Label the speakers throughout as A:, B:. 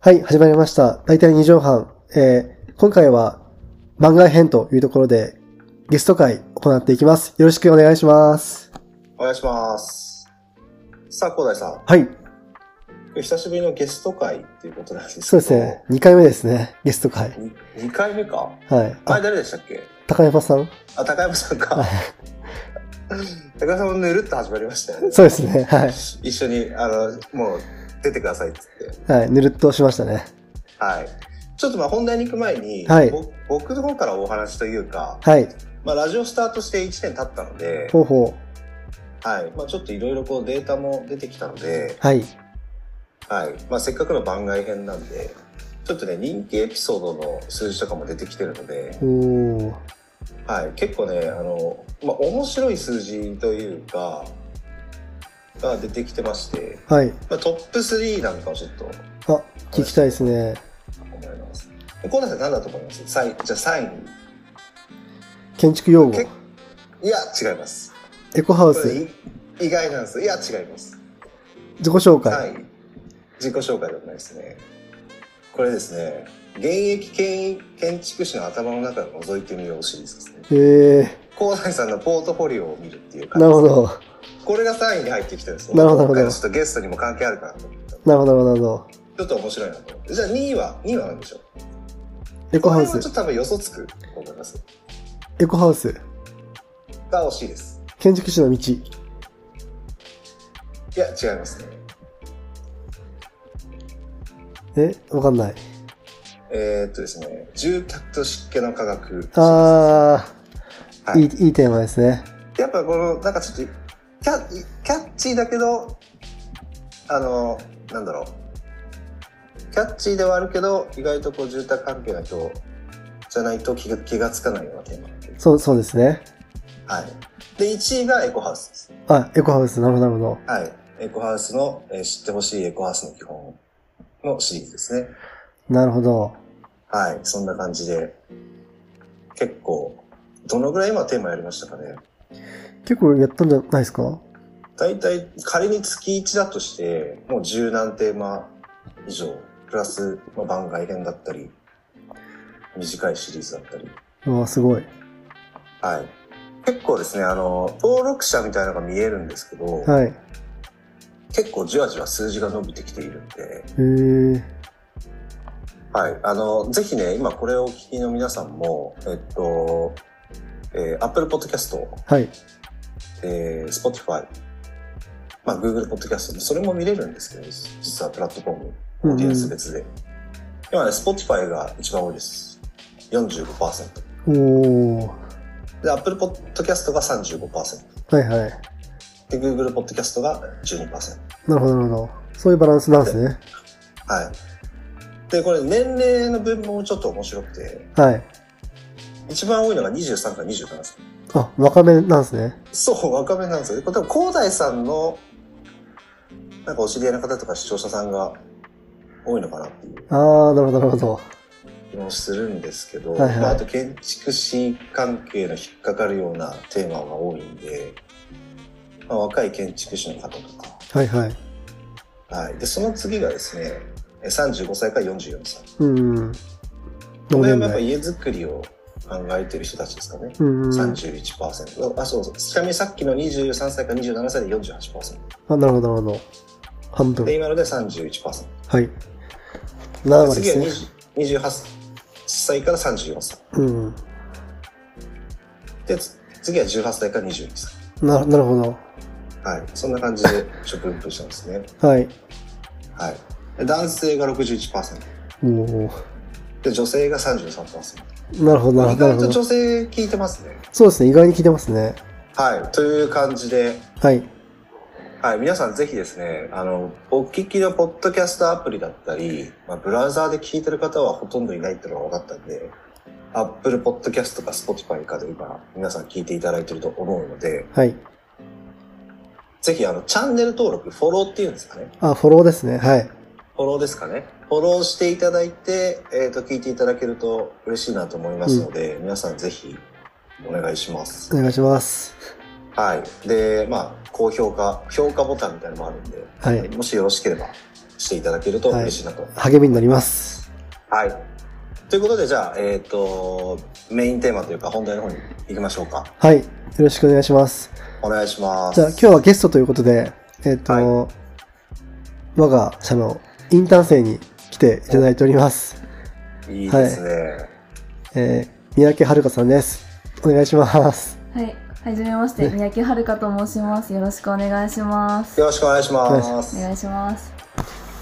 A: はい、始まりました。大体2畳半。えー今回は番外編というところでゲスト会行っていきます。よろしくお願いします。
B: お願いします。さあ、広大さん
A: はい、、
B: 今日久しぶりのゲスト会っていうことなんですけど。
A: そうですね。2回目ですね。ゲスト会。
B: に。2回目か。
A: はい。
B: 前
A: あ、
B: 誰でしたっけ
A: 高山さん
B: あ、高山さん
A: は
B: か
A: い。
B: 高山さんもぬるっと始まりましたよね。
A: そうですね。はい。
B: 一緒に、あの、もう出てくださいって言って。
A: はい、ぬるっとしましたね。
B: はい。ちょっとまあ本題に行く前に、
A: はい
B: ぼ僕の方からお話というか、
A: はい、
B: まあラジオスタートして1年経ったので、
A: ほうほう。
B: はい。まあちょっといろいろこうデータも出てきたので、
A: はい、
B: はい。まあ、せっかくの番外編なんで、ちょっとね、人気エピソードの数字とかも出てきてるので、
A: おー。
B: はい。結構ね、あの、まあ、面白い数字というか、が出てきてまして、
A: はい。
B: まあ、トップ3なんかをちょっと
A: あ、聞きたいですね。
B: 思います。コーナーさん何だと思いますサイじゃあ3
A: 建築用語。
B: け位。いや、違います。
A: エコハウ
B: これ
A: ス。
B: い意外なんです。いや、違います。
A: 自己紹介。
B: はい。自己紹介でもないですね。これですね、現役建建築士の頭の中を覗いてみようシリーズですね。
A: え
B: 高大さんのポートフォリオを見るっていう
A: ー、
B: 感じ
A: な
B: で
A: る
B: す
A: ほど。
B: これが3位に入ってきてるんですよ
A: なるほどなるほど
B: 今回のちょっとゲストにも関係あるかなと思った
A: なるほど、なるほどなるほど。
B: ちょっと面白いなと思ってじゃあ2位は2位は何でしょう
A: エコハウ
B: これはちょ
A: ス
B: っ。と多分予想つくと思います
A: エコハウス。
B: が惜しいです
A: 建築士の道。
B: いや違いますね
A: えわかんない。
B: えー、っとですね住宅と湿気の科学
A: あー、、
B: はいい
A: いいいテーマですね。
B: やっぱこのなんかちょっとキャキャッチーだけどあのなんだろうキャッチーではあるけど意外とこう住宅関係の人じゃないと気が気がつかないようなテーマなんで
A: そう、そうですね。
B: はい。で、1位がエコハウスです。
A: あ、エコハウス、なるほど、なるほど。
B: はい。エコハウスの、えー知ってほしいエコハウスの基本のシリーズですね。
A: なるほど。
B: はい。そんな感じで、結構、どのぐらい今テーマやりましたかね。
A: 結構やったんじゃないですか
B: 大体、仮に月1だとして、もう十何テーマ以上、プラス、まあ、番外編だったり、短いシリーズだったり。
A: うわ、すごい。
B: はい。結構ですね、あの、登録者みたいなのが見えるんですけど、
A: はい。
B: 結構じわじわ数字が伸びてきているんで、
A: えー、
B: はい。あの、ぜひね、今これをお聞きの皆さんも、えっと、えー、Apple Podcast、
A: はい。
B: えー、Spotify、まあ、Google Podcast、それも見れるんですけど、実はプラットフォー
A: うん
B: ム、
A: う
B: オ
A: ん
B: ーディエンス別で。今ね、Spotify が一番多いです。45%。
A: おー。
B: で、Apple Podcast が35%。
A: はいはい。
B: で、Google Podcast が12%。
A: なるほど、なるほど。そういうバランスなんですね。
B: はい。で、これ年齢の分もちょっと面白くて、
A: はい。
B: 一番多いのが23から27歳。
A: あ、若めなんですね。
B: そう、若めなんですよ。これ多分、広大さんの、なんかお知り合いの方とか視聴者さんが多いのかなっていう
A: あー、なるほど、なるほど。
B: 気もするんですけど、
A: はいはい
B: まあ、あと建築士関係の引っかかるようなテーマが多いんで、まあ、若い建築士の方とか、
A: はいはい。
B: はい。で、その次がですね、え35歳から44歳。
A: うん。
B: こ
A: 同
B: の辺
A: 年
B: もやっぱ
A: 代。
B: 家づくりを考えてる人たちですかね。
A: うんうん。
B: 31%。あ、そうそう。ちなみにさっきの23歳から27歳で48%。
A: あ、なるほど、なるほど。半分。は
B: で、
A: い。
B: 今ので31%。
A: 7割で
B: 次
A: す
B: は
A: ね。
B: 20 28歳から34歳。
A: うん。
B: で、つ次は18歳から22歳。
A: な、なるほど。
B: はい。そんな感じで、ちょっと分布したんですね。
A: はい。
B: はい。で男性が61%。
A: おお。
B: で、女性が33%。
A: なるほど、なる
B: 意
A: ほどなる
B: 外
A: ほ
B: と
A: ど。
B: 女性聞いてますね。
A: そうですね、意外に聞いてますね。
B: はい。という感じで、
A: はい。
B: はい。皆さんぜひですね、あの、お聞きのポッドキャストアプリだったり、まあ、ブラウザーで聞いてる方はほとんどいないっていうのが分かったんで、Apple Podcast か Spotify かで今、皆さん聞いていただいてると思うので、
A: はい。
B: ぜひあの、チャンネル登録、フォローっていうんですかね。
A: あ、フォローですね。はい。
B: フォローですかね。フォローしていただいて、えっ、と、聞いていただけると嬉しいなと思いますので、皆さんぜひお願いします
A: お。願いします。
B: はい。で、まあ、高評価、評価ボタンみたいなのもあるんで、
A: はい。
B: もしよろしければ、していただけると嬉しいなと。はい。
A: 励みになります。
B: ということで、じゃあ、えっ、と、メインテーマというか本題の方に行きましょうか。
A: はい。よろしくお願いします。
B: お願いします。
A: じゃあ今日はゲストということで、えっ、と、
B: は我
A: が社のインターン生に来ていただいております。
B: いいですね。
A: えー、三宅遥さんです。お願いします。
C: はい、はじめまして、三宅遥と申します。よろしくお願いします。
B: よろしくお願いし
A: お願
B: ま
A: いし
C: お
B: す。あ
C: 願いします。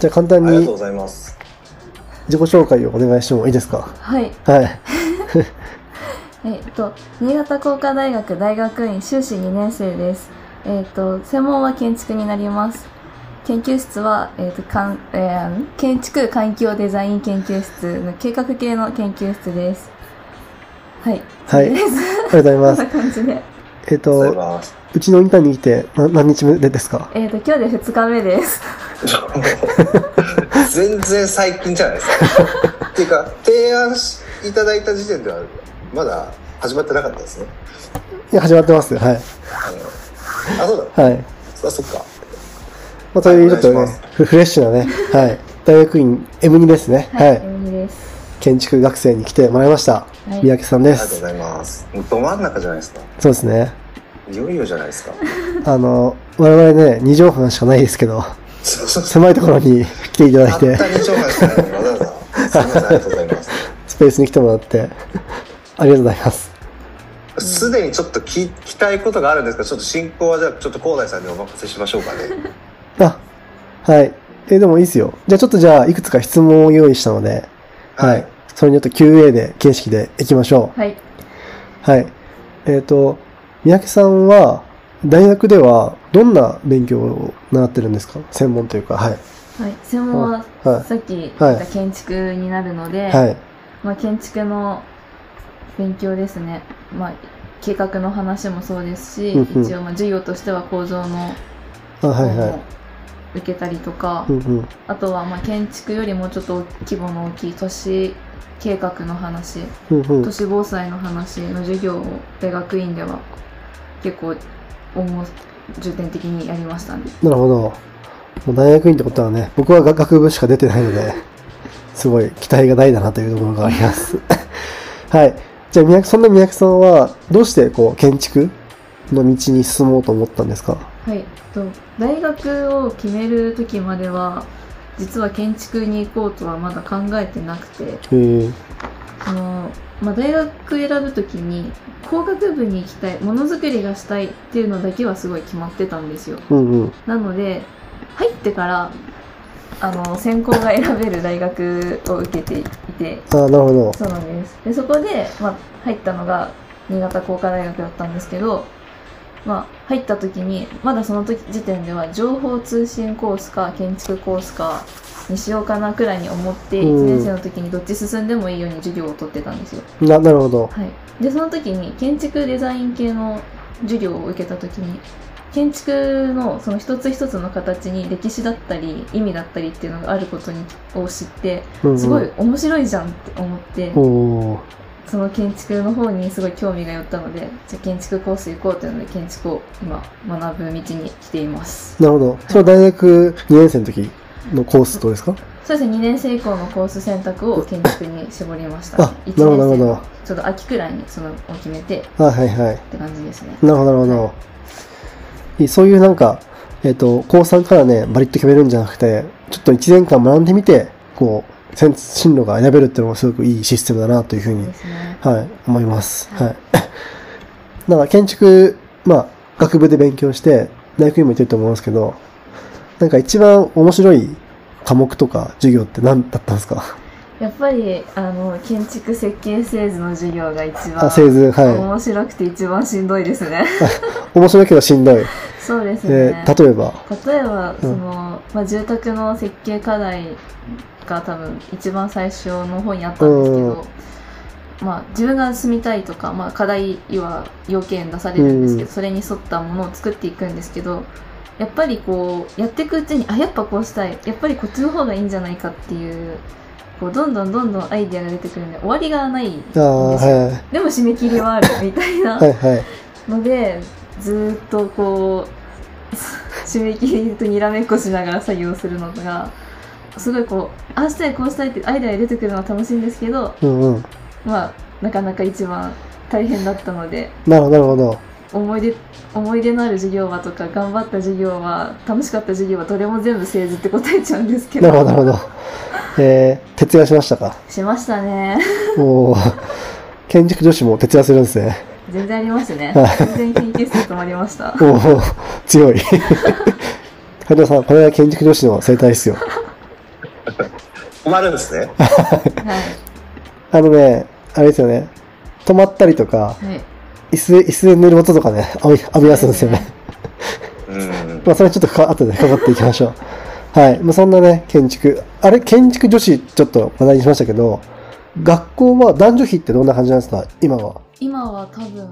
A: じゃあ簡単
B: りがとう
A: に
B: ございます。
A: 自己紹介をお願いしてもいいですか
C: はい、
A: はい。
C: えっと、新潟工科大学大学院修士2年生です。えっと、専門は建築になります。研究室は、えっと、かん、えー建築環境デザイン研究室の計画系の研究室です。はい、
A: はい。ありがとうござい
C: こ
A: ます
C: んな。感じで。
A: えっ、
B: ありがとうご
A: と、
B: ざいます。
A: うちのインターンに来てな何日目ですか
C: えっと、今日で2日目です。
B: 全然最近じゃない ですか。っていうか、提案しいただいた時点では、まだ始まってなかったですね。
A: いや、始まってます。はい。
B: あのあ、そうだ。
A: はい。
B: あ、そっか。
A: まあ、というちょっと
B: お願
A: ね
B: いしま、
A: フフレッシュなね、はい。大学院 M2 ですね。は
C: え
A: い。
C: みです。
A: 建築学生に来てもらいました。
C: はい
A: 三宅さん
B: あ
A: で
B: りがとう
A: す
B: ご。ざいます。もうど真ん中じゃないですか。
A: そうですね。
B: いよいよじゃないですか。
A: あの、我々ね、二畳半しかないですけど、
B: そうそうそう。
A: 狭いところに 来ていただ
B: あ
A: い、
B: ってたり紹介しないのにわざわざ。すみません、ありがとうございます。
A: スペースに来てもらって、ありがとうございます。
B: すでにちょっと聞聞きたいことがあるんですけど、ちょっと進行はじゃあ、ちょっと高大さんにお任せしましょうかね。
A: あ、はい。え、でもいいですよ。じゃあちょっとじゃあ、いくつか質問を用意したので、はい。
B: はい
A: それによって QA で、形式でいきましょ
C: はい。
A: う。はい。えっ、と、三宅さんは、大学では、どんな勉強を習ってるんですか専門というか、はい。
C: はい、専門は
A: は
C: さっき言っ
A: はい
C: た建築になるので、
A: い。はい。
C: まあ、建築の勉強ですね、まあ、計画の話もそうですし、
A: うんうん
C: 一応まあ授業としては構造の
A: あ、
C: 方
A: はいは
C: も受けたりとか、
A: い。うんうん。
C: あとはまあ建築よりもちょっと規模の大きい都市計画の話
A: うんう
C: 都
A: ん。
C: 市防災の話の授業を大学院では結構重重点的にやりましたね。
A: なるほど。もう大学院ってことはね、僕は学学部しか出てないので、 すごい期待が大だなというところがあります。 はい。じゃあ、三宅そんな三宅さんは、どうしてこう、建築の道に進もうと思ったんですか
C: はい、えっと大学を決める時までは実は建築に行こうとはまだ考えてなくて
A: へえ。
C: その、まあ、大学選ぶ時に工学部に行きたいものづくりがしたいっていうのだけはすごい決まってたんですよ
A: うんうん。
C: なので入ってからあの専攻が選べる大学を受けていて
A: ああ、なるほど。
C: そうなんです。で、そこで、まあ、入ったのが、新潟工科大学だったんですけど、まあ、入った時に、まだその時時点では、情報通信コースか、建築コースか、にしようかなくらいに思って、
A: うん
C: 1年生の時にどっち進んでもいいように授業を取ってたんですよ。
A: な、なるほど。
C: はい。で、その時に、建築デザイン系の授業を受けた時に、建築のその一つ一つの形に歴史だったり意味だったりっていうのがあることにを知って
A: うんうん、
C: すごい。面白いじゃんって思って、
A: おおー。
C: その建築の方にすごい興味が寄ったので、じゃあ建築コース行こうというので、建築を今学ぶ道に来ています。
A: なるほど。それは大学2年生の時のコースどうですか
C: そうですね、2年生以降のコース選択を建築に絞りました。
A: あ
C: 1年
A: なるほど
C: 生
A: なる
C: の
A: ほ
C: ちょっと秋くらいにそのを決めてっ
A: あはいはい。
C: て感じですね。
A: なるほど、なるほどいい。そういうなんか、えっ、と、高3からね、バリッと決めるんじゃなくて、ちょっと1年間学んでみて、こう、せん進路が選べるっていうのもすごくいいシステムだなというふうに
C: で、すね。
A: はい、思います。
C: は
A: はい い。だから建築、まあ、学部で勉強して、大学院も行ってると思うんですけど、なんか一番面白い科目とか授業って何だったんですか
C: やっぱり、あの、建築設計製図の授業が一番
A: あ、製図、は
C: 面白くて一番しんどいです ね。
A: い。面白いけどしんどい。
C: そうです
A: で、
C: ね。
A: 例えば、
C: 例えばその、まあ、住宅の設計課題が多分一番最初の方にあったんですけど、まあ、自分が住みたいとか、まあ、課題は要件出されるんですけど、
A: う
C: それに沿ったものを作っていくんですけどやっぱりこうやっていくうちにあやっぱこうしたいやっぱりこっちの方がいいんじゃないかっていうこうどんどんどんどんアイデアが出てくるんで終わりがないんです
A: あ
C: よ、
A: あ、は
C: でも締め切りはあるみたいな。
A: い、はい、はい。
C: のでずーっ とこう締め切りとにらめっこしながら作業するのがすごいこうああしたいこうしたいってアイデアが出てくるのは楽しいんですけど
A: うんうん。
C: まあなかなか一番大変だったので
A: なるほど、なるほど。
C: 思い出思い出のある授業はとか頑張った授業は楽しかった授業はどれも全部政治って答えちゃうんですけ
A: なるほど、
C: ど
A: なるほど。えー、徹夜しましたか。
C: しましたね
A: おお。建築女子も徹夜するんですね。
C: 全然ありますね
A: は
C: 全然研究室泊まり ました
A: おお、強い。斉藤さん、これは建築女子の生態ですよ。
B: 泊まるんですね。
C: はい
A: あのね、あれですよね。止まったりとか、
C: はい
A: 椅子、椅子で寝る音とかね、あぶあぶやすんですよね。
B: うん。
A: まあ、それはちょっとか後でかかっていきましょう。 はい。まあ、そんなね、建築。あれ、建築女子、ちょっと話題にしましたけど、学校は男女比ってどんな感じなんですか今は。
C: 今は多分